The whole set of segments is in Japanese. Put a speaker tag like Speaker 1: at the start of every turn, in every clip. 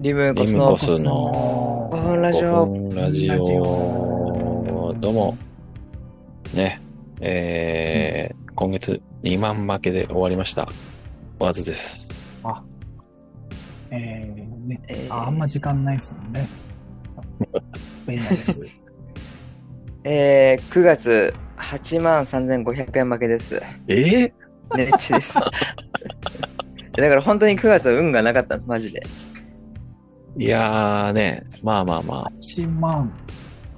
Speaker 1: リムコ
Speaker 2: リ
Speaker 1: ス
Speaker 2: ム
Speaker 1: の
Speaker 2: コスの
Speaker 1: 5分ラジオ
Speaker 2: 5分ラジオ。どうも。ね、えー今月2万負けで終わりました。わずです。
Speaker 3: えー、ね、
Speaker 1: えー
Speaker 3: ああんま時間ないですもんね。増えない です。
Speaker 1: えー、9月8万3500円負けです。
Speaker 2: え
Speaker 1: ネッチです。 だから本当に9月は運がなかったんです、マジで。
Speaker 2: ー、いやーね、まあまあま
Speaker 3: 8万。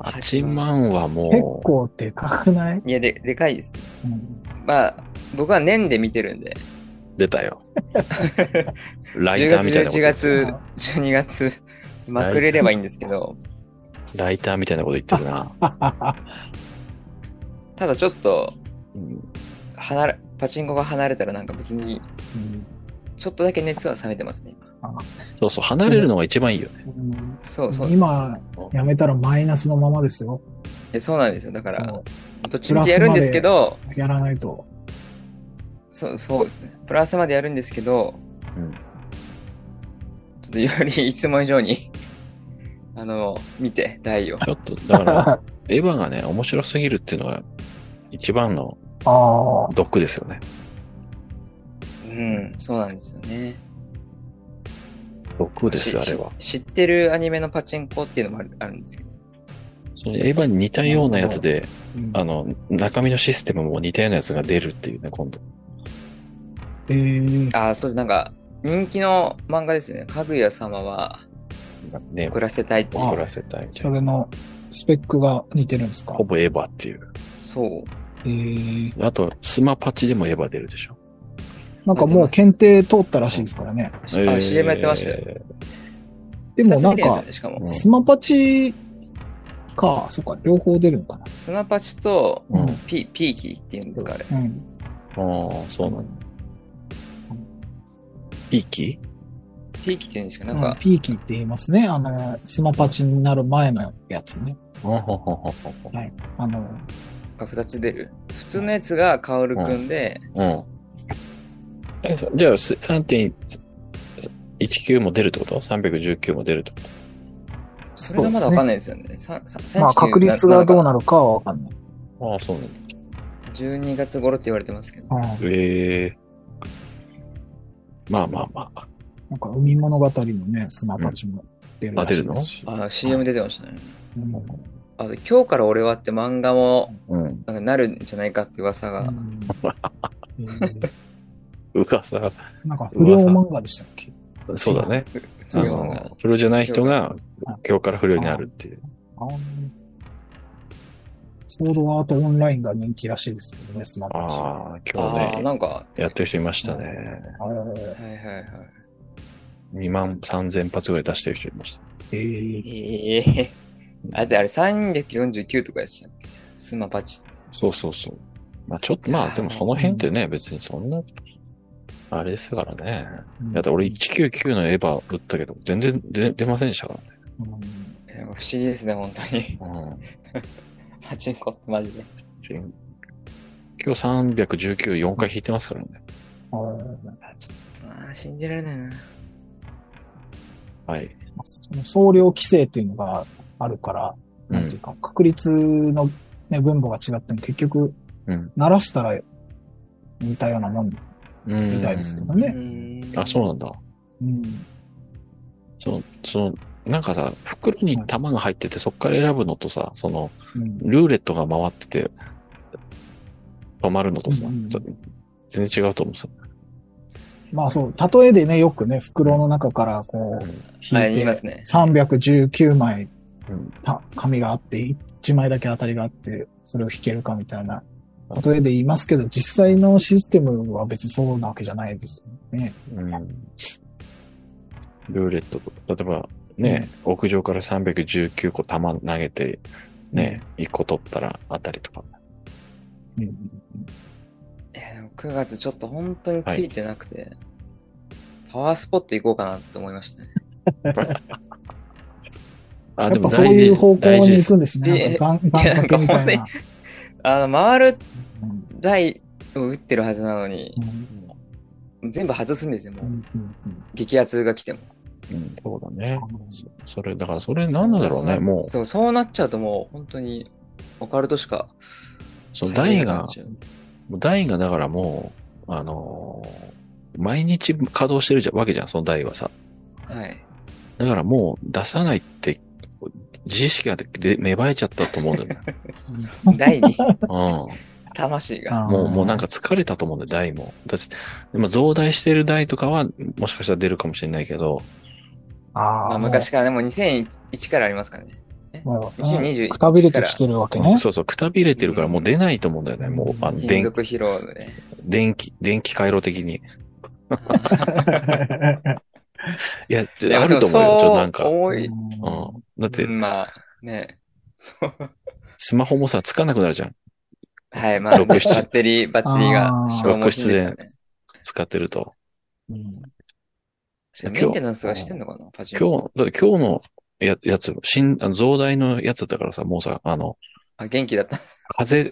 Speaker 2: あ、8万は
Speaker 3: 結
Speaker 2: もう、
Speaker 3: 構でかくない、
Speaker 1: いや、で、でかいです。
Speaker 3: うん、
Speaker 1: まあ、僕は年で見てるんで、
Speaker 2: 出たよ。ライ
Speaker 1: 10
Speaker 2: ター
Speaker 1: 月、
Speaker 2: みたいなこと
Speaker 1: 11。月、12月、まくれればいいんですけど、
Speaker 2: ライターみたいなこと言ってるな。
Speaker 1: ただちょっと、
Speaker 2: うん
Speaker 1: 離れ、パチンコが離れたらなんか別に、
Speaker 3: うん
Speaker 1: ちょっとだけ熱は冷めてますね。今
Speaker 2: そうそう、離れるのが一番いいよ ね。
Speaker 3: うん
Speaker 1: そうそう。
Speaker 3: 今、やめたらマイナスのままですよ。
Speaker 1: えそうなんですよ。だか
Speaker 3: そ
Speaker 1: ら
Speaker 3: の、
Speaker 1: どっちみちやるんですけど、
Speaker 3: やらない と。
Speaker 1: そうそうですね。プラスまでやるんですけど、
Speaker 2: うん
Speaker 1: ちょっとより いつも以上に、あの、見て、台を。
Speaker 2: ちょっと、だから、エヴァがね、面白すぎるっていうのが、一番の
Speaker 3: ああ、
Speaker 2: 毒ですよね。
Speaker 1: うん、そうなんですよね。
Speaker 2: 毒ですよ、あ
Speaker 1: し
Speaker 2: れは。
Speaker 1: し知ってるアニメのパチンコっていうのもあるあるんですけど。
Speaker 2: そうエヴァに似たようなやつで、
Speaker 3: うん
Speaker 2: あの、中身のシステムも似たようなやつが出るっていうね、今度。
Speaker 3: えー、
Speaker 1: ああ、そうです。なんか、人気の漫画ですよね。かぐや様は
Speaker 2: ね、
Speaker 1: 送らせたいっていう。
Speaker 2: 怒らせたいみた
Speaker 3: そ
Speaker 2: いな。
Speaker 3: れのスペックが似てるんですか
Speaker 2: ほぼエヴァっていう。
Speaker 1: そう。
Speaker 3: えー、
Speaker 2: あと、スマパチでもエヴァ出るでしょ。
Speaker 3: なんかもう検定通ったらしいですからね。
Speaker 1: あ、CM やってましたよ。
Speaker 2: よ。
Speaker 3: でもなん
Speaker 1: 二つ出るやつ
Speaker 3: か
Speaker 1: だ、ねしか
Speaker 2: う
Speaker 1: も
Speaker 2: ん。
Speaker 3: スマパチか、そっか、両方出るのかな。
Speaker 1: スナパチと
Speaker 2: うん。あ
Speaker 1: ピピーキーっていうんですか、あれ。
Speaker 3: うん。
Speaker 2: あ、そうなんだ。ピーキ
Speaker 1: ピーキーっていうんですか、な
Speaker 3: なんんか
Speaker 1: か、
Speaker 3: ピーキーって言いますね。あの、スマパチになる前のやつね。
Speaker 2: ーほほほほほほ
Speaker 3: はい。あの、
Speaker 1: が2つ出る。普通のやつがカオルくんで、
Speaker 2: うん。え、そじゃあ、す3.19も出るってこと ?319 も出るってこと
Speaker 1: それがまだわかん
Speaker 3: い。
Speaker 1: ないですよね。ささ
Speaker 3: まあ、
Speaker 1: 39
Speaker 3: 確率がどう
Speaker 1: な
Speaker 3: なるかはわかんない。
Speaker 2: ああ、そうなんだ。
Speaker 1: ?12 月頃って言われてますけど。
Speaker 3: うん。
Speaker 2: ええまあまあまあ。
Speaker 3: なんか、海物語のね、スマパチも出るらしいですし。
Speaker 1: あ CM 出てましたね。
Speaker 3: うん
Speaker 1: あと、今日から俺はって漫画も、
Speaker 2: うん。
Speaker 1: なんかなるんじゃないかって噂が。
Speaker 3: うんえ ー
Speaker 2: うかさ、
Speaker 3: なんか、不良漫画でしたっけ
Speaker 2: そうだね。あ
Speaker 1: そういうのが
Speaker 2: の、不良じゃない人が
Speaker 3: あ
Speaker 2: 今日から不良になるっていう。
Speaker 3: あーソードアートオンラインが人気らしいですよね、スマパチ。
Speaker 2: ああ、今
Speaker 1: ああ、
Speaker 2: 日
Speaker 1: な
Speaker 2: ね、
Speaker 1: んか、
Speaker 2: やってる人いましたね。
Speaker 3: あー
Speaker 1: はいはいはい。
Speaker 2: 2万3000発ぐらい出してる人いました。
Speaker 3: えー
Speaker 1: ええあであれ349とかでしたっけスマパチって。
Speaker 2: そうそうそう。まあちょっと、まあでもその辺ってね、別にそんな、あれですからね。
Speaker 3: うん
Speaker 2: だって俺199のエヴァ打ったけど、全然出出ませんでしたからね。
Speaker 3: うん
Speaker 1: いや不思議ですね、本当に。
Speaker 2: うん。
Speaker 1: パチンコってマジで。
Speaker 2: 今日319、4回引いてますからね。
Speaker 3: あー
Speaker 1: あちょっとな、信じられないな。
Speaker 2: はい。
Speaker 3: その総量規制っていうのがあるから、
Speaker 2: う。
Speaker 3: なんていうんか、確率の、ね、分母が違っても結局、
Speaker 2: うん
Speaker 3: 鳴らしたら似たようなもんみ
Speaker 2: うん
Speaker 3: たいですけどね。
Speaker 2: あ、そう
Speaker 1: な
Speaker 2: なんだ。
Speaker 3: うん。
Speaker 2: その、その、なんかさ、袋に玉が入ってて、そっから選ぶのとさ、その、
Speaker 3: うん。
Speaker 2: ルーレットが回ってて、止まるのとさ、
Speaker 3: うん
Speaker 2: ちょっと全然違うと思うんですよ。
Speaker 3: まあそう、例えでね、よくね、袋の中からこう、
Speaker 1: は
Speaker 3: 引
Speaker 1: い、
Speaker 3: い
Speaker 1: 言いま
Speaker 3: て、
Speaker 1: すね。
Speaker 3: 319枚
Speaker 2: うん、
Speaker 3: た紙があって、1枚だけ当たりがあって、それを引けるかみたいな。例えで言いますけど、実際のシステムは別にそうなわけじゃないですよね。
Speaker 2: うん。ルーレットと、例えば、ね、屋上から319個玉投げて、ね、1個取ったら当たりとか。
Speaker 3: うん。
Speaker 1: いやでも9月ちょっと本当についてなくて、パワースポット行こうかなって思いましたね。
Speaker 2: あ、
Speaker 3: や
Speaker 2: で
Speaker 3: っ
Speaker 2: も
Speaker 3: ぱそう
Speaker 2: 大事
Speaker 3: いう方向
Speaker 2: 大事
Speaker 3: に
Speaker 2: で
Speaker 3: 行
Speaker 2: す
Speaker 3: くんですね。なんか
Speaker 1: いやな
Speaker 3: 願
Speaker 1: んか
Speaker 3: 願掛けみたいな。
Speaker 1: あの、回る
Speaker 3: うん
Speaker 1: 台を打ってるはずなのに
Speaker 3: う、ん
Speaker 1: 全部外すんですよ、も
Speaker 3: う
Speaker 1: う。
Speaker 3: んうんうん
Speaker 1: 激アツが来ても。
Speaker 2: うん、そうだね
Speaker 3: あ。の
Speaker 2: そそれ、だからそれ何なんだろうね。もう、
Speaker 1: そう、そうなっちゃうともう本当にオカルトしか。
Speaker 2: その台
Speaker 1: な
Speaker 2: が
Speaker 1: っ、ちゃう
Speaker 2: 台がだからもう、あのー毎日稼働してるじゃんわけじゃん、その台はさ。
Speaker 1: はい。
Speaker 2: だからもう出さないって、自意識がで芽生えちゃったと思うんだよ ね。
Speaker 1: 台に
Speaker 2: うん。
Speaker 1: 魂 が。
Speaker 2: もう、もうなんか、疲れたと思うんだよ、台も。だって、今増大してる台とかは、もしかしたら出るかもしれないけど、
Speaker 3: あー
Speaker 1: まあ、昔からね、もう2001からありますからね。
Speaker 3: もう
Speaker 1: 2021
Speaker 3: くたびれてきてるわけね。
Speaker 2: そうそう、くたびれてるからもう出ないと思うんだよね、もう、あの、
Speaker 1: 金
Speaker 2: 電
Speaker 1: 属疲労で ね。
Speaker 2: 電気、電気回路的に。いや、
Speaker 1: いや
Speaker 2: あると思うよ、ちょっとなん
Speaker 1: で
Speaker 2: か。
Speaker 1: もそう思い、
Speaker 2: うん。だって、
Speaker 1: まあ、ね。
Speaker 2: スマホもさ、つかなくなるじゃん。
Speaker 1: はい、まあ、バ
Speaker 2: 六七
Speaker 1: ッテリー、バッテリーが消耗品ですからね。
Speaker 2: 使ってると。
Speaker 3: うん
Speaker 2: 今日
Speaker 1: メンテナンスがしてんのかなパチンコ。
Speaker 2: 今日、だって今日のややつ、新、あの増大のやつだったからさ、もうさ、あの、
Speaker 1: あ、元気だった。
Speaker 2: 風、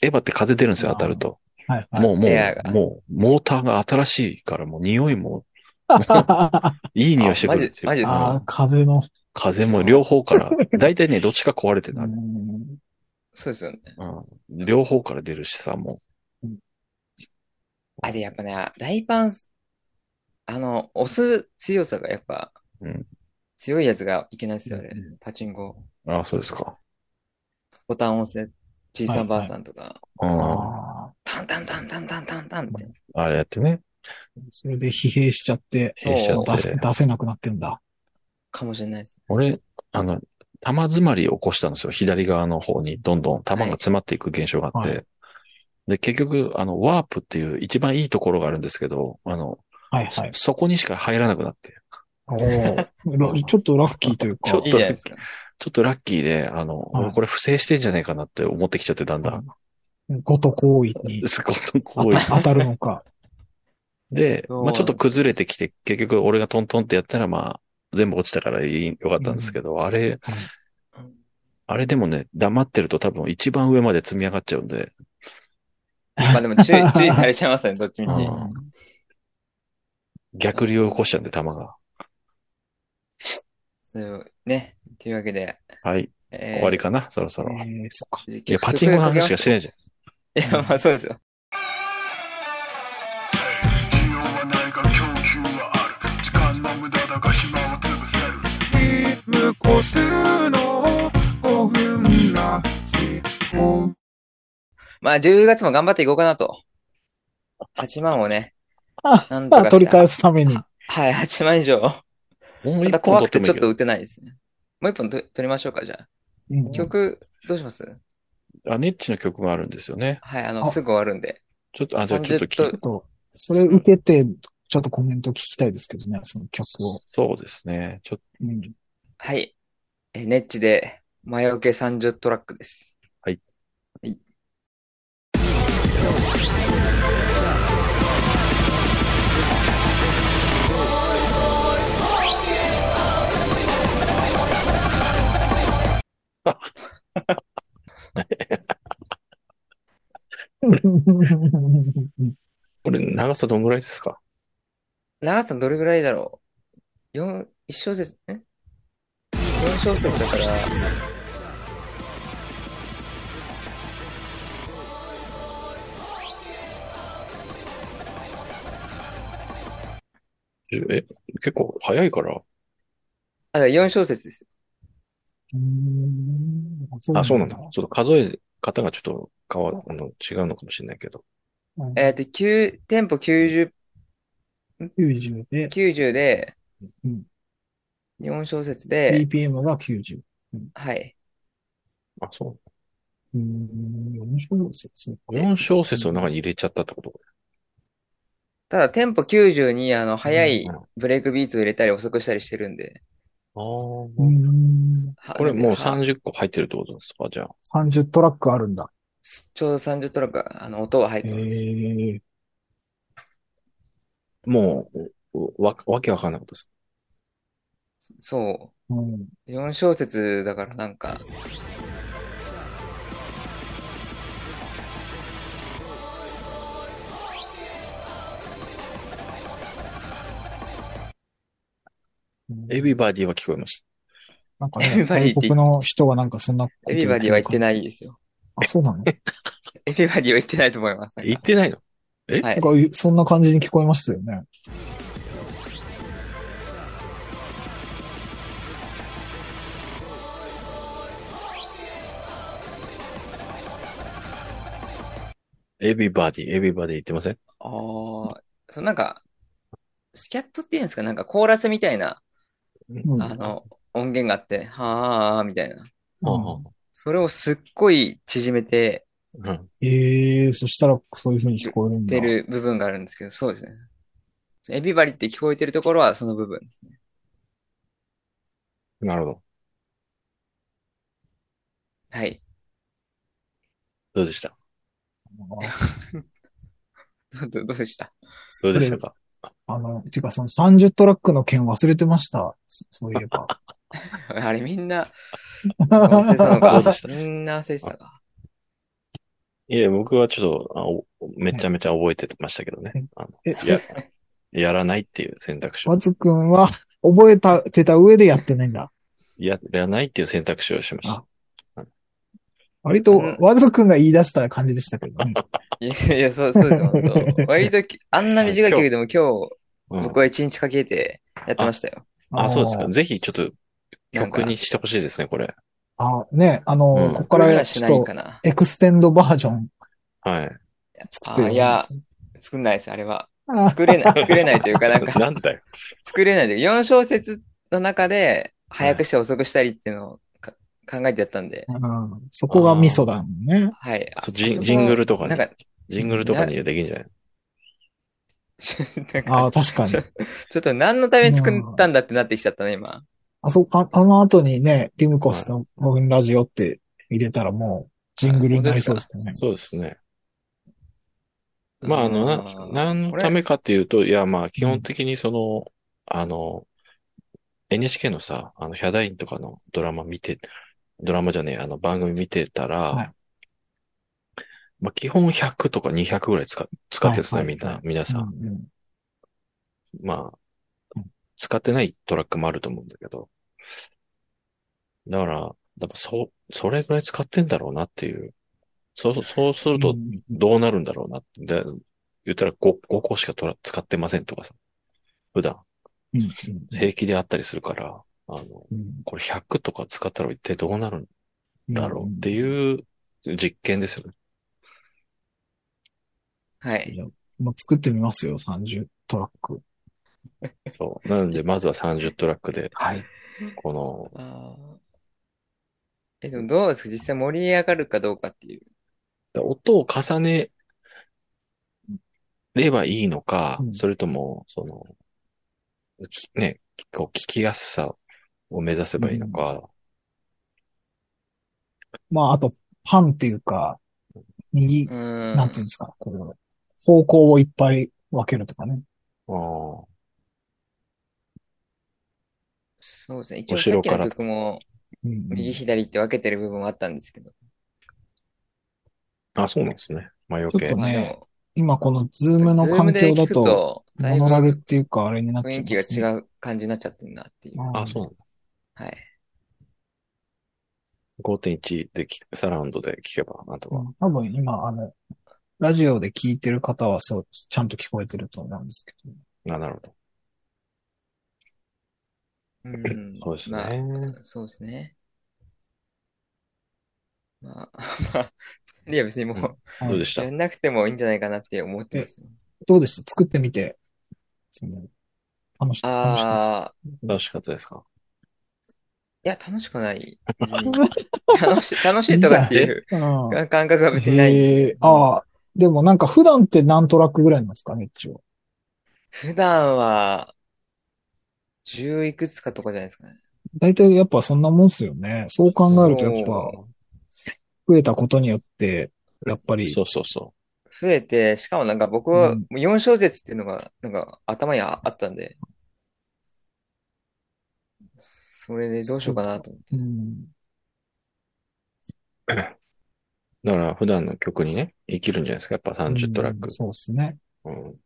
Speaker 2: エヴァって風出るんですよ、
Speaker 3: あー
Speaker 2: 当たると。
Speaker 3: はい はい。
Speaker 2: もう、も
Speaker 1: エア
Speaker 2: う、
Speaker 1: が
Speaker 2: もう、モーターが新しいから、もう匂いも、
Speaker 3: あ
Speaker 2: いい匂いしてくるって
Speaker 1: あ
Speaker 2: い
Speaker 1: マジマジ
Speaker 2: う
Speaker 1: ですか
Speaker 2: か。
Speaker 3: あー、風の。
Speaker 2: 風も両方から、大体ね、どっちか壊れてるのあれ
Speaker 3: うん
Speaker 1: そうですよね。
Speaker 2: うん。両方から出るしさ、も
Speaker 1: あ、で、やっぱね、大パン、あの、押す強さがやっぱ、
Speaker 2: うん
Speaker 1: 強いやつがいけないですよ、あれ
Speaker 3: う。
Speaker 1: パチンコ。
Speaker 2: う。ああ、そうですか。
Speaker 1: ボタン押せ、じいさんばあさんとか、
Speaker 2: うん。
Speaker 3: あ
Speaker 1: タンタンタンタンタンタンタンって。
Speaker 2: あれやってね、
Speaker 3: ーそれで疲弊しちゃって、
Speaker 1: そう
Speaker 2: 停止しちゃ
Speaker 3: もう出
Speaker 2: っ
Speaker 3: せ
Speaker 2: て。
Speaker 3: 出せなくなってんだ。
Speaker 1: かもしれないです。
Speaker 2: 俺、あの、玉詰まりを起こしたんですよ。左側の方にどんどん玉が詰まっていく現象があって。
Speaker 3: は
Speaker 2: で、結局、あの、ワープっていう一番いいところがあるんですけど、あの、
Speaker 3: はい
Speaker 2: そ
Speaker 3: はい。
Speaker 2: そこにしか入らなくなって。
Speaker 3: おーらちょっとラッキーという
Speaker 2: ちょ
Speaker 3: か
Speaker 2: っと
Speaker 1: いいじゃないですか。
Speaker 2: ちょっとラッキーで、あの、
Speaker 3: はい
Speaker 2: 俺これ不正してんじゃないかなって思ってきちゃって、だんだん。
Speaker 3: ごと行為 に
Speaker 2: すごくこ
Speaker 3: 当
Speaker 2: ういう
Speaker 3: た当たるのか。
Speaker 2: で、
Speaker 1: そう
Speaker 2: まあちょっと崩れてきて、結局俺がトントンってやったら、まあ、全部落ちたからいいよかったんですけど、あれ、
Speaker 1: うん
Speaker 2: あれでもね、黙ってると多分一番上まで積み上がっちゃうんで、
Speaker 1: まあでも注 意、注意されちゃいますよね、どっちみ
Speaker 2: う
Speaker 1: ち。
Speaker 2: ん逆流を起こしちゃうんで、弾が。
Speaker 1: そう、ね。というわけで、
Speaker 2: はい、
Speaker 1: えー
Speaker 2: 終わりかな、そろそ
Speaker 3: え
Speaker 2: ろ。
Speaker 3: ー、そっか。
Speaker 2: いや、パチンコの話しかしてないじゃん。
Speaker 1: いや、まあそうですよ。
Speaker 4: 必要はないが供給はある時間の無駄だが暇は潰せる
Speaker 5: リコするの5分ラジオ
Speaker 1: まあ10月も頑張っていこうかなと。8万をね、
Speaker 3: あ
Speaker 1: なんとかし
Speaker 3: まあ
Speaker 1: た
Speaker 3: 取り返すために。
Speaker 1: はい、8万以上。
Speaker 2: もう
Speaker 1: ま
Speaker 2: 一
Speaker 1: た
Speaker 2: 本
Speaker 1: 怖
Speaker 2: 取
Speaker 1: くて
Speaker 2: っても
Speaker 1: ち
Speaker 2: い
Speaker 1: ょっ
Speaker 2: いけ
Speaker 1: と
Speaker 2: ど。
Speaker 1: 打てないですね。もう一本と取りましょうか、じゃあ。
Speaker 3: うん
Speaker 1: 曲、どうします
Speaker 2: あ、ネッチの曲があるんですよね。
Speaker 1: はい、あの、
Speaker 3: あ
Speaker 1: すぐ終わるんで。
Speaker 2: ちょっと、あ、じゃあちょっと
Speaker 1: 30
Speaker 2: 聞
Speaker 3: ちょ
Speaker 1: と
Speaker 3: っと、それ受けて、ちょっとコメント聞きたいですけどね、その曲を。
Speaker 2: そうですね。ちょっ
Speaker 3: うん
Speaker 1: はい。えネッチで、前置け30トラックです。
Speaker 2: と、これ長さどんぐらいですか
Speaker 1: 長さどれぐらいだろう ?4、1小節、え ?4 小節だから、
Speaker 2: え、結構早いから。
Speaker 1: あ、4小節です。
Speaker 3: うん
Speaker 2: あ、そうなんだ。ちょっと数え方がちょっと変わ、あの、違うのかもしれないけど。
Speaker 3: うん
Speaker 1: えっ、と、9、テンポ90、
Speaker 3: 90で、
Speaker 1: 90で、
Speaker 3: うん
Speaker 1: 4小節で、
Speaker 3: BPM が90。
Speaker 1: はい。
Speaker 2: あ、そう
Speaker 3: ーん、面白いですね。
Speaker 2: う。4小節の中に入れちゃったってこと
Speaker 1: ただ、テンポ90に、あの、速い
Speaker 2: うん
Speaker 1: ブレイクビーツを入れたり遅くしたりしてるんで。
Speaker 2: あ
Speaker 3: うー
Speaker 2: こ
Speaker 3: ん、
Speaker 2: れもう
Speaker 1: 三
Speaker 2: 30個入ってるってことですかじゃあ。
Speaker 3: 30トラックあるんだ。
Speaker 1: ちょうど30トラックが、あの、音は入っ
Speaker 3: え
Speaker 1: てます。
Speaker 3: ー、
Speaker 2: もう、わ、わけわかんなかったです。
Speaker 1: そう。
Speaker 3: うん、
Speaker 1: 4小節だからなんか。
Speaker 3: う
Speaker 2: エビバディは聞こえました。
Speaker 3: なんか
Speaker 1: エビ
Speaker 3: ね、
Speaker 1: バディって
Speaker 3: 外国の人はなんかそんなこと
Speaker 1: エビバディは言って
Speaker 3: い。
Speaker 1: ないですよ。
Speaker 3: あ、そうなの
Speaker 1: エビバディは言ってないと思います。なんか
Speaker 2: 言ってないのえ
Speaker 1: はい。
Speaker 3: なんか、そんな感じに聞こえましたよね。
Speaker 2: エビバディ、エビバディ言ってません
Speaker 1: あーそのなんか、スキャットっていうんですかなんかコーラスみたいな、
Speaker 3: うん。
Speaker 1: あの、音源があって、はーみたいな。
Speaker 3: うん
Speaker 1: それをすっごい縮めて
Speaker 2: うんうん
Speaker 3: ええそしたらそういう風に聞こえるんだ。
Speaker 1: 出る部分があるんですけど、そうですね。エビバリって聞こえてるところはその部分ですね。
Speaker 2: なるほど。
Speaker 1: はい。
Speaker 2: どうでした
Speaker 3: あそう
Speaker 1: ど、 どどうでした
Speaker 2: どうでしたか
Speaker 3: あの、ていうかその30トラックの件忘れてました。そそういえば。
Speaker 1: あれみんな、忘れてたの
Speaker 2: そうで
Speaker 1: か
Speaker 2: し。た
Speaker 1: みんな忘れてたか。
Speaker 2: いや、僕はちょっとあお、めちゃめちゃ覚えてましたけどね。あの
Speaker 3: え、
Speaker 2: いや、やらないっていう選択肢を
Speaker 3: わ。ずくんは覚えた、てた上でやってないんだ。
Speaker 2: やらないっていう選択肢をしました。
Speaker 3: 割と
Speaker 1: うん、
Speaker 3: わずくんが言い出した感じでしたけど ね。
Speaker 1: いや、いやそう、そうですよ、本 当割とき、あんな短い曲でも今
Speaker 2: う
Speaker 1: 日、
Speaker 2: ん
Speaker 1: 僕は一日かけてやってましたよ。
Speaker 2: あ、そうですか。
Speaker 3: ね。
Speaker 2: ぜひちょっと
Speaker 1: なんか
Speaker 2: 曲にしてほしいですね、これ。
Speaker 3: あ、ね、あの、
Speaker 2: うん
Speaker 3: ここ
Speaker 1: こ
Speaker 3: か
Speaker 1: れ
Speaker 3: ら
Speaker 1: はし
Speaker 3: ちょ
Speaker 1: な
Speaker 3: っ
Speaker 1: い
Speaker 3: と
Speaker 1: かな。
Speaker 3: エクステンドバージョン
Speaker 2: はい。
Speaker 3: 作って
Speaker 1: あ
Speaker 3: る
Speaker 1: いや、作んないです、あれは。作れない、作れないというか、なん か、
Speaker 2: なんだよ。
Speaker 1: 作れないで、4小節の中で、早くして遅くしたりっていうのをか考えてやったんで、
Speaker 3: うん、そこがミソだもんね。
Speaker 1: はい。あ
Speaker 2: そうジ
Speaker 1: そ
Speaker 2: ン
Speaker 1: こ
Speaker 2: ジングルとか
Speaker 1: な
Speaker 2: に
Speaker 1: ん、か、
Speaker 2: ジングルとかにできんじゃない
Speaker 1: なんか
Speaker 3: ああ、確かに
Speaker 1: ちょ。ちょっと何のために作ったんだってなってきちゃったね、今。
Speaker 3: あそこ、ああの後にね、リムコスのログンラジオって入れたらもう、ジングルになりそうですね。
Speaker 2: そうですね。まあ、あの、な、
Speaker 1: うん
Speaker 2: 何のためかっていうと、いや、まあ、基本的にその、あの、NHK のさ、あの、ヒャダインとかのドラマ見て、ドラマじゃねえ、あの、番組見てたら、
Speaker 3: はい
Speaker 2: まあ、基本100とか200ぐらい使っ、使ってるんですね、
Speaker 3: はいはい
Speaker 2: みんな、皆さん。
Speaker 3: うんうん
Speaker 2: ま
Speaker 3: う
Speaker 2: あ
Speaker 3: ん、
Speaker 2: 使ってないトラックもあると思うんだけど。だから、だからそ、それぐらい使ってんだろうなっていう。そうそう、そうすると
Speaker 3: うん
Speaker 2: どうなるんだろうなって。で言ったら 5, 5個しかとら使ってませんとかさ。普段、
Speaker 3: うんうん
Speaker 2: 平気であったりするから、あの、これ100とか使ったら一体どうなるん
Speaker 3: うん
Speaker 2: だろうっていう実験ですよね。
Speaker 1: はい。
Speaker 3: もう作ってみますよ、30トラック。
Speaker 2: そう。なので、まずは30トラックで、
Speaker 3: はい。
Speaker 2: この、
Speaker 1: あーえ、でもどうですか実際盛り上がるかどうかっていう。
Speaker 2: 音を重ねればいいのか、
Speaker 3: うん
Speaker 2: それとも、その、きね、こう聞きやすさを目指せばいいのか、
Speaker 3: まあ、あと、パンっていうか、右、
Speaker 1: うーん。
Speaker 3: なんていうんですか、こう、方向をいっぱい分けるとかね。
Speaker 2: あ
Speaker 1: そうですね。一応さっき
Speaker 2: 後ろか
Speaker 1: の
Speaker 2: ら
Speaker 1: 曲も
Speaker 3: うんうん
Speaker 1: 右
Speaker 3: ち
Speaker 1: 左って分けてる部分はあったんですけど。
Speaker 2: ああ、そうなんですね。魔除
Speaker 3: ょっ
Speaker 2: け
Speaker 3: と。
Speaker 1: まあで
Speaker 3: ね、
Speaker 1: も、
Speaker 3: 今このズームの
Speaker 1: ズーム
Speaker 3: 環
Speaker 1: で
Speaker 3: 境だ
Speaker 1: 聞く
Speaker 3: と、
Speaker 1: と、だ
Speaker 3: モ
Speaker 1: いぶ
Speaker 3: ノラルっていうか、あれになっちゃ
Speaker 1: 雰
Speaker 3: い
Speaker 1: 囲
Speaker 3: ま
Speaker 1: 気
Speaker 3: す、ね。
Speaker 1: が違う感じになっちゃってるなっていう。
Speaker 2: ああ、そうなんだ。
Speaker 1: はい。
Speaker 2: 5.1で聞くサラウンドで聞けば、あとは。
Speaker 3: うん多分今、あの、ラジオで聞いてる方はそう、ちゃんと聞こえてると思うんですけど。
Speaker 2: あ、なるほ
Speaker 1: うん
Speaker 2: ど。。そうです
Speaker 1: まあ
Speaker 2: ね。
Speaker 1: そうですね。まあ、 まあ、いや別にも
Speaker 2: うん
Speaker 1: う、
Speaker 2: どうでし
Speaker 1: や
Speaker 2: た
Speaker 1: んなくてもいいんじゃないかなって思ってますよ。
Speaker 3: どうでした作ってみて。その楽し楽しかっ
Speaker 1: ああ、
Speaker 2: 楽しかったですか
Speaker 1: いや、楽しくない。別に楽しい、楽しいとか っていう
Speaker 3: た。うん
Speaker 1: 感覚は別にないんです
Speaker 3: へ
Speaker 1: け
Speaker 3: ー
Speaker 1: ど
Speaker 3: ああ、でもなんか普段って何トラックぐらいなんですかね、一応。
Speaker 1: 普段は、十いくつかとかじゃないですかね。
Speaker 3: 大体やっぱそんなもんっすよね。そう考えるとやっぱ
Speaker 1: そ
Speaker 3: 増えたことによって、やっぱり
Speaker 2: そうそうそ
Speaker 1: 増えて、しかもなんか僕は
Speaker 3: うん
Speaker 1: 4小節っていうのが、なんか頭にああったんで、それでどうしようかなと思って。
Speaker 3: うん、
Speaker 2: う。だから、普段の曲にね、生きるんじゃないですか。やっぱ30トラッ
Speaker 3: う
Speaker 2: ク
Speaker 3: ん。そうですね。
Speaker 2: うん。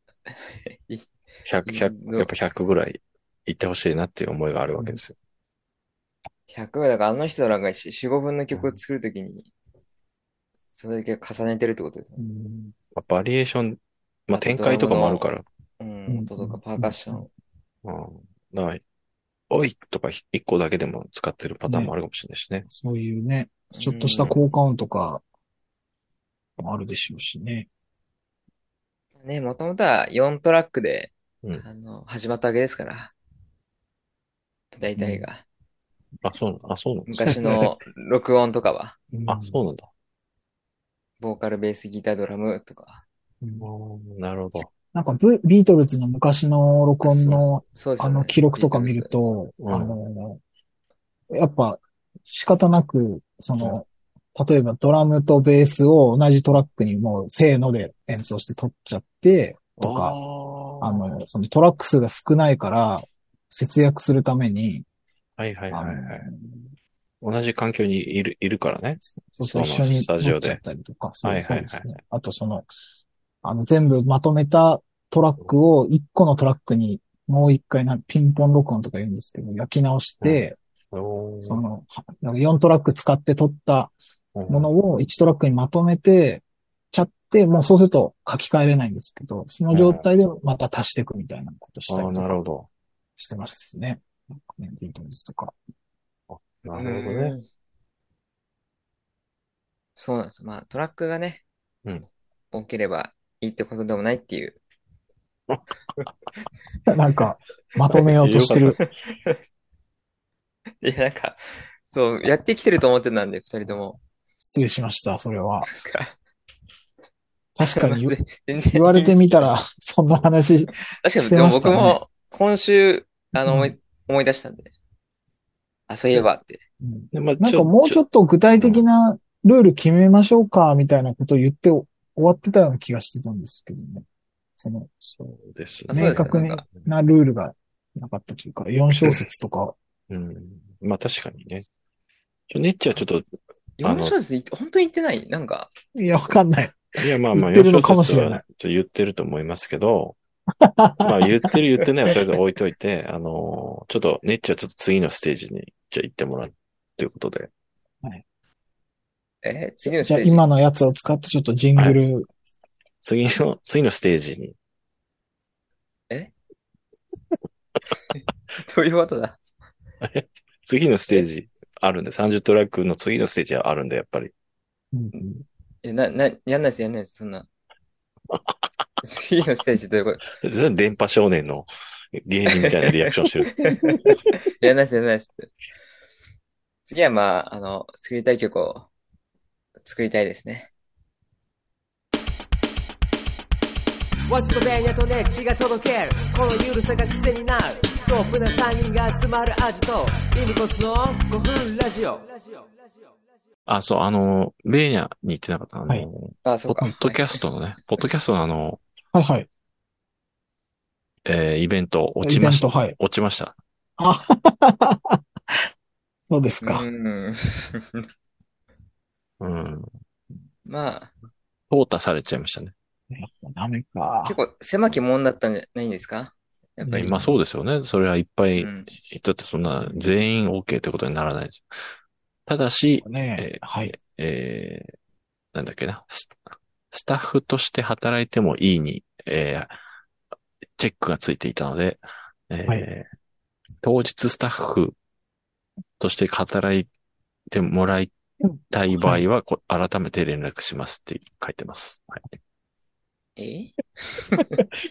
Speaker 1: いい
Speaker 2: 100、100、やっぱ100ぐらい行ってほしいなっていう思いがあるわけですよ。
Speaker 1: 100はだからあの人らが4、5分の曲を作るときに、それだけ重ねてるってことですよね。
Speaker 3: うん
Speaker 2: まあバリエーション、まあ、
Speaker 1: あと
Speaker 2: 展開とかもあるから。
Speaker 1: うん、音とかパーカッション。
Speaker 2: うん。だから、おいとか一個だけでも使ってるパターンもあるかもしれないしね。
Speaker 3: そういうね、ちょっとした効果音とか、もあるでしょうしね。
Speaker 1: ね、もともとは4トラックで、
Speaker 2: うん
Speaker 1: あの、始まったわけですから。大体が。
Speaker 2: あ、そうな、あ、そうなんですか
Speaker 1: 昔 の録音とかは、
Speaker 3: うん
Speaker 2: あ、そうなんだ。
Speaker 1: ボーカル、ベース、ギター、ドラムとか。
Speaker 3: うん
Speaker 2: なるほど。
Speaker 3: なんかブ、ビートルズの昔の録音の、
Speaker 1: そうです
Speaker 3: あ
Speaker 1: よね
Speaker 3: の記録とか見る。と、
Speaker 2: うん
Speaker 3: あの、やっぱ仕方なく、その、例えばドラムとベースを同じトラックにもうせーので演奏して撮っちゃって、と
Speaker 2: あ
Speaker 3: か、
Speaker 2: ー
Speaker 3: あの、そのトラック数が少ないから節約するために、
Speaker 2: はいはいはいはい
Speaker 3: あ。の
Speaker 2: 同じ環境にいる、いるからね。
Speaker 3: そうそう、一
Speaker 2: そ
Speaker 3: 緒
Speaker 2: うなんです
Speaker 3: に
Speaker 2: スタジ
Speaker 3: 撮
Speaker 2: オ
Speaker 3: っ
Speaker 2: で
Speaker 3: ちゃったりとか、そう
Speaker 2: はいはいはい
Speaker 3: そうですね。あとその、あの、全部まとめたトラックを、一個のトラックに、もう一回な、ピンポン録音とか言うんですけど、焼き直して、
Speaker 2: おー
Speaker 3: その、なんか4トラック使って撮った
Speaker 2: うん
Speaker 3: ものを1トラックにまとめて、ちゃって、もうそうすると書き換えれないんですけど、その状態でまた足していくみたいなことした
Speaker 2: あ
Speaker 3: り
Speaker 2: あ、
Speaker 3: と
Speaker 2: なる
Speaker 3: か
Speaker 2: ほど。
Speaker 3: してますね。なんかね、ビートルズとか。
Speaker 2: なるほどね。
Speaker 1: ね。そうなんです。まあ、トラックがね、
Speaker 2: うん
Speaker 1: 多ければいいってことでもないっていう。
Speaker 3: なんか、まとめようとしてる。
Speaker 1: いや、なんか、そう、やってきてると思ってたんで、二人とも。
Speaker 3: 失礼しました、それは。
Speaker 1: なん
Speaker 3: 確かに
Speaker 1: 全然
Speaker 3: 言われてみたら、 そんな話。
Speaker 1: 確かに、
Speaker 3: して
Speaker 1: でも
Speaker 3: まし
Speaker 1: 僕
Speaker 3: たね
Speaker 1: も今週、あの、
Speaker 3: うん
Speaker 1: 思い、思い出したんで。あ、そういえばって。
Speaker 3: うん
Speaker 2: でまあ
Speaker 3: なんかもうちょっと具体的なルール決めましょうか、みたいなことを言って終わってたような気がしてたんですけどね。その、
Speaker 2: そうです
Speaker 1: あそう
Speaker 3: 明
Speaker 1: です
Speaker 3: 確
Speaker 1: なんか
Speaker 3: なルールがなかったというか、4小節とか、
Speaker 2: うん。まあ確かにね。ちょ、ネッチはちょっあの
Speaker 1: 4小節い、本当に言ってないなんか、
Speaker 3: いや、わかんない。
Speaker 2: と、いやまあまあ、
Speaker 3: 言ってるのかもしれ
Speaker 2: 四小節
Speaker 3: ない
Speaker 2: はちょっと言ってると思いますけ ど、まあ言ってる言ってないはとりあえず置いといて、あのーちょっと、ネッチはちょっと次のステージに、じゃあ行ってもらうということで。
Speaker 1: えー次のス
Speaker 3: じゃあ
Speaker 1: テージ。
Speaker 3: 今のやつを使ってちょっとジングル、
Speaker 2: 次の、次のステージに。
Speaker 1: どういうことだ
Speaker 2: 次のステージあるんで、30トラックの次のステージはあるんで、やっぱり。
Speaker 3: うん
Speaker 1: え、な、な、やんないです、やんないです、そん な。次のステージどういうこと
Speaker 2: それ電波少年の芸人みたいなリアクションしてる。
Speaker 1: やんないです、やんないです。次はまあ、あの、作りたい曲を作りたいですね。
Speaker 6: わしとベニャとネッチが届けるこのゆるさが癖になるトップな3人が集まる味とリムコスの5分ラジオ
Speaker 2: あ、そう、あの、ベーニャに行ってなかった。あの、
Speaker 3: はい
Speaker 1: あ、そ
Speaker 2: ポ
Speaker 1: うか。
Speaker 2: ッドキャストのね、ポッドキャストのあの、
Speaker 3: はいはい。
Speaker 2: えーイベント落ちました。
Speaker 3: イベントはい
Speaker 2: 落ちました。
Speaker 3: あ そうですか
Speaker 1: はい。うん。
Speaker 2: うん。
Speaker 1: ま
Speaker 2: 淘汰されちゃいましたね。
Speaker 3: ダメ
Speaker 1: あ、
Speaker 3: か。
Speaker 1: 結構狭き門だったんじゃないんですかやっぱり。
Speaker 2: まあそうですよね。それはいっぱい、
Speaker 1: うん
Speaker 2: だってそんな全員 OK ってことにならない。ただし、
Speaker 3: ねはい。
Speaker 2: えーなんだっけな、ススタッフとして働いてもいいに、えーチェックがついていたので、えー
Speaker 3: は
Speaker 2: 当日スタッフとして働いてもらいたい場合は、こ改めて連絡しますって書いてます。はい
Speaker 1: え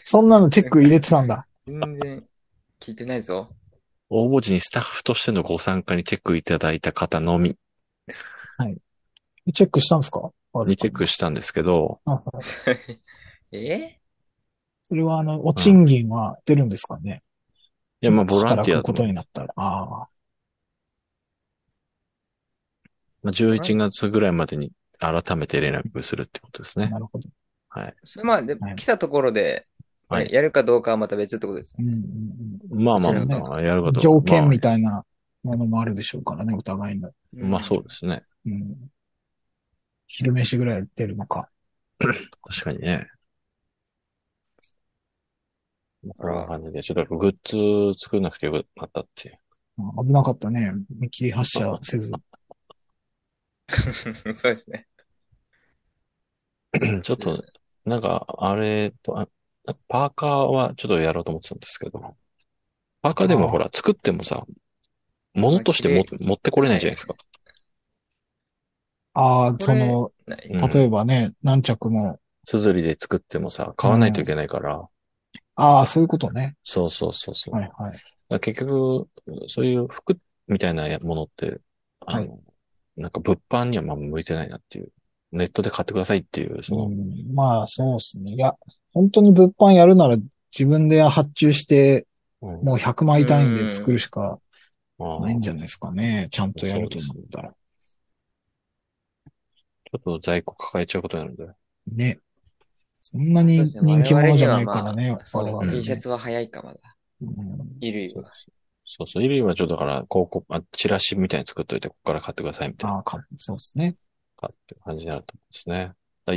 Speaker 3: そんなのチェック入れてたんだ。
Speaker 1: 全然聞いてないぞ。
Speaker 2: 応募時にスタッフとしてのご参加にチェックいただいた方のみ
Speaker 3: チェックしたんですか
Speaker 2: にチェックしたんですけど、
Speaker 3: あはい
Speaker 1: え
Speaker 3: それは、あの、お賃金は出るんですかね、
Speaker 2: いや、まあ、ボランティア
Speaker 3: 働くことになったら。ああ。
Speaker 2: まあ、11月ぐらいまでに改めて連絡するってことですね。
Speaker 3: なるほど。
Speaker 1: それまあ、で
Speaker 3: はい
Speaker 1: 来たところで、
Speaker 2: はい
Speaker 1: ねやるかどうかはまた別ってことです
Speaker 3: う
Speaker 1: ね。
Speaker 3: んうん
Speaker 2: まあまあ
Speaker 1: こちら
Speaker 2: まあ、やる
Speaker 3: う
Speaker 2: こ
Speaker 3: ん、
Speaker 2: と。
Speaker 3: 条件み
Speaker 2: い
Speaker 3: たいなものもあるでしょうからね、お互いの。
Speaker 2: まあ、まあそうですね。
Speaker 3: うん、昼飯ぐらい出るのか。
Speaker 2: 確かにね。こんな感じで、ちょっとグッズ作らなくてよくなったっていう。
Speaker 3: 危なかったね。見切り発車せず。
Speaker 1: そうですね。
Speaker 2: ちょっと、なんか、あれと、あパーカーはちょっとやろうと思ってたんですけど、パーカーでもほら、作ってもさ、物としても
Speaker 1: 綺
Speaker 2: 持ってこれないじゃないですか。
Speaker 3: ああ、
Speaker 1: れ
Speaker 3: その、
Speaker 1: ない
Speaker 2: うん
Speaker 3: 例えばね、何着も。
Speaker 2: すずりで作ってもさ、買わないといけないから、
Speaker 3: ああ、そういうことね。
Speaker 2: そうそうそうそう。
Speaker 3: はいはい。
Speaker 2: だから結局、そういう服みたいなものって、あの、なんか物販にはまあ向いてないなっていう。ネットで買ってくださいっていう、その、
Speaker 3: うん、まあ、そうですね。いや、本当に物販やるなら自分で発注して、
Speaker 2: うん
Speaker 3: もう100枚単位で作るしか
Speaker 2: まあ
Speaker 3: ないんじゃないですかね。ちゃんとやるとなったら。
Speaker 2: ちょっと在庫抱えちゃうことになるんで。
Speaker 3: ね。そんなに人気者じゃないからね。
Speaker 1: そう、
Speaker 3: 我々ね
Speaker 1: T シャツは早いか、まだ。
Speaker 3: うん
Speaker 1: 衣類は。
Speaker 2: そうそう。衣類はちょっとだから、広告、あ、チラシみたいに作っといて、ここから買ってくださいみたいな
Speaker 3: ああ、かそうですね。
Speaker 2: かっていう感じになると思うんですね。だから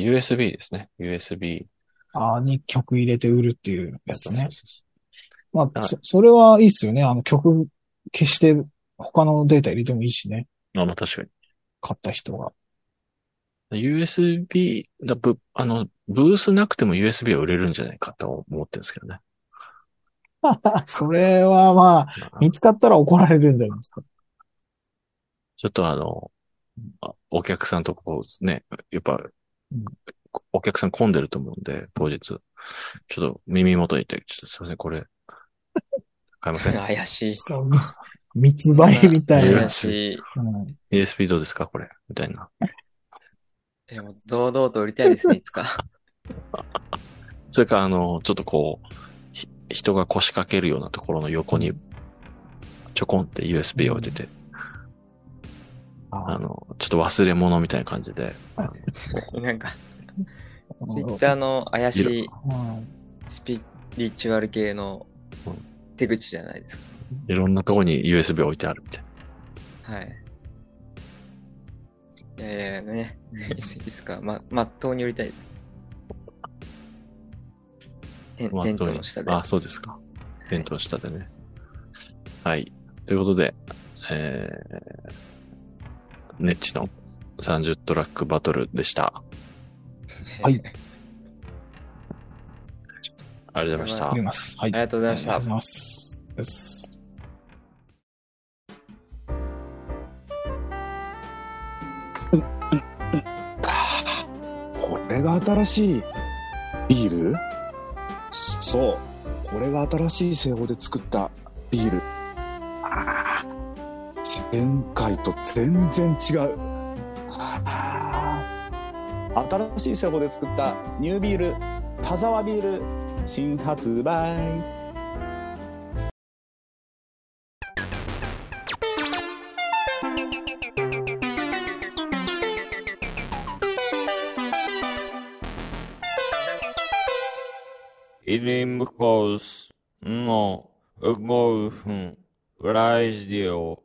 Speaker 2: USB ですね。USB。
Speaker 3: ああ、に曲入れて売るっていうやつ
Speaker 2: そうそう
Speaker 3: ね。
Speaker 2: そう
Speaker 3: ま
Speaker 2: は
Speaker 3: あ、
Speaker 2: い
Speaker 3: そ、それはいいっすよね。あの曲消して他のデータ入れてもいいしね。
Speaker 2: あ、まあ確かに。
Speaker 3: 買った人が。
Speaker 2: USB、だぶ、あの、ブースなくても USB は売れるんじゃないかと思ってるんですけど ね。
Speaker 3: それはまあ、見つかったら怒られるんじゃないですか。
Speaker 2: ちょっとあの、あお客さんとこうね、やっぱ
Speaker 3: うん、
Speaker 2: お客さん混んでると思うんで、当日。ちょっと耳元にいて、ちょっとすいません、これ、買いません。
Speaker 1: 怪しい。
Speaker 3: そう密売みたいな。
Speaker 1: 怪しい。
Speaker 3: うん
Speaker 2: USB どうですかこれ。みたいな。
Speaker 1: でも、堂々と売りたいですね、いつか。
Speaker 2: それか、あの、ちょっとこう、ひ人が腰掛けるようなところの横に、ちょこんって USB を置いてて、あ
Speaker 3: あ
Speaker 2: の、ちょっと忘れ物みたいな感じで、あの
Speaker 1: なんか、
Speaker 3: の
Speaker 1: ツイッターの怪しい
Speaker 3: うん
Speaker 1: スピリチュアル系の手口じゃないですか。
Speaker 2: いろんなところに USB 置いてあるみたい
Speaker 1: はい。いやいやいやね、い ついつか、ま、まっとうに売りたいです。テン
Speaker 2: な。
Speaker 1: テントの下で。
Speaker 2: あ、そうですか。テントの下でね。はい。ということで、えー、ネッチの30トラックバトルでした。
Speaker 3: はい
Speaker 1: あ
Speaker 2: ありがとうございました
Speaker 3: あり。ます。はい。
Speaker 1: りがとうございまし
Speaker 3: あ
Speaker 1: た
Speaker 3: りがとうござ。います。です。
Speaker 7: これが新しいビールそうこれが新しい製法で作ったビールあー前回と全然違うあー新しい製法で作ったニュービール田沢ビール新発売
Speaker 8: イリンブコースの5分ラジオ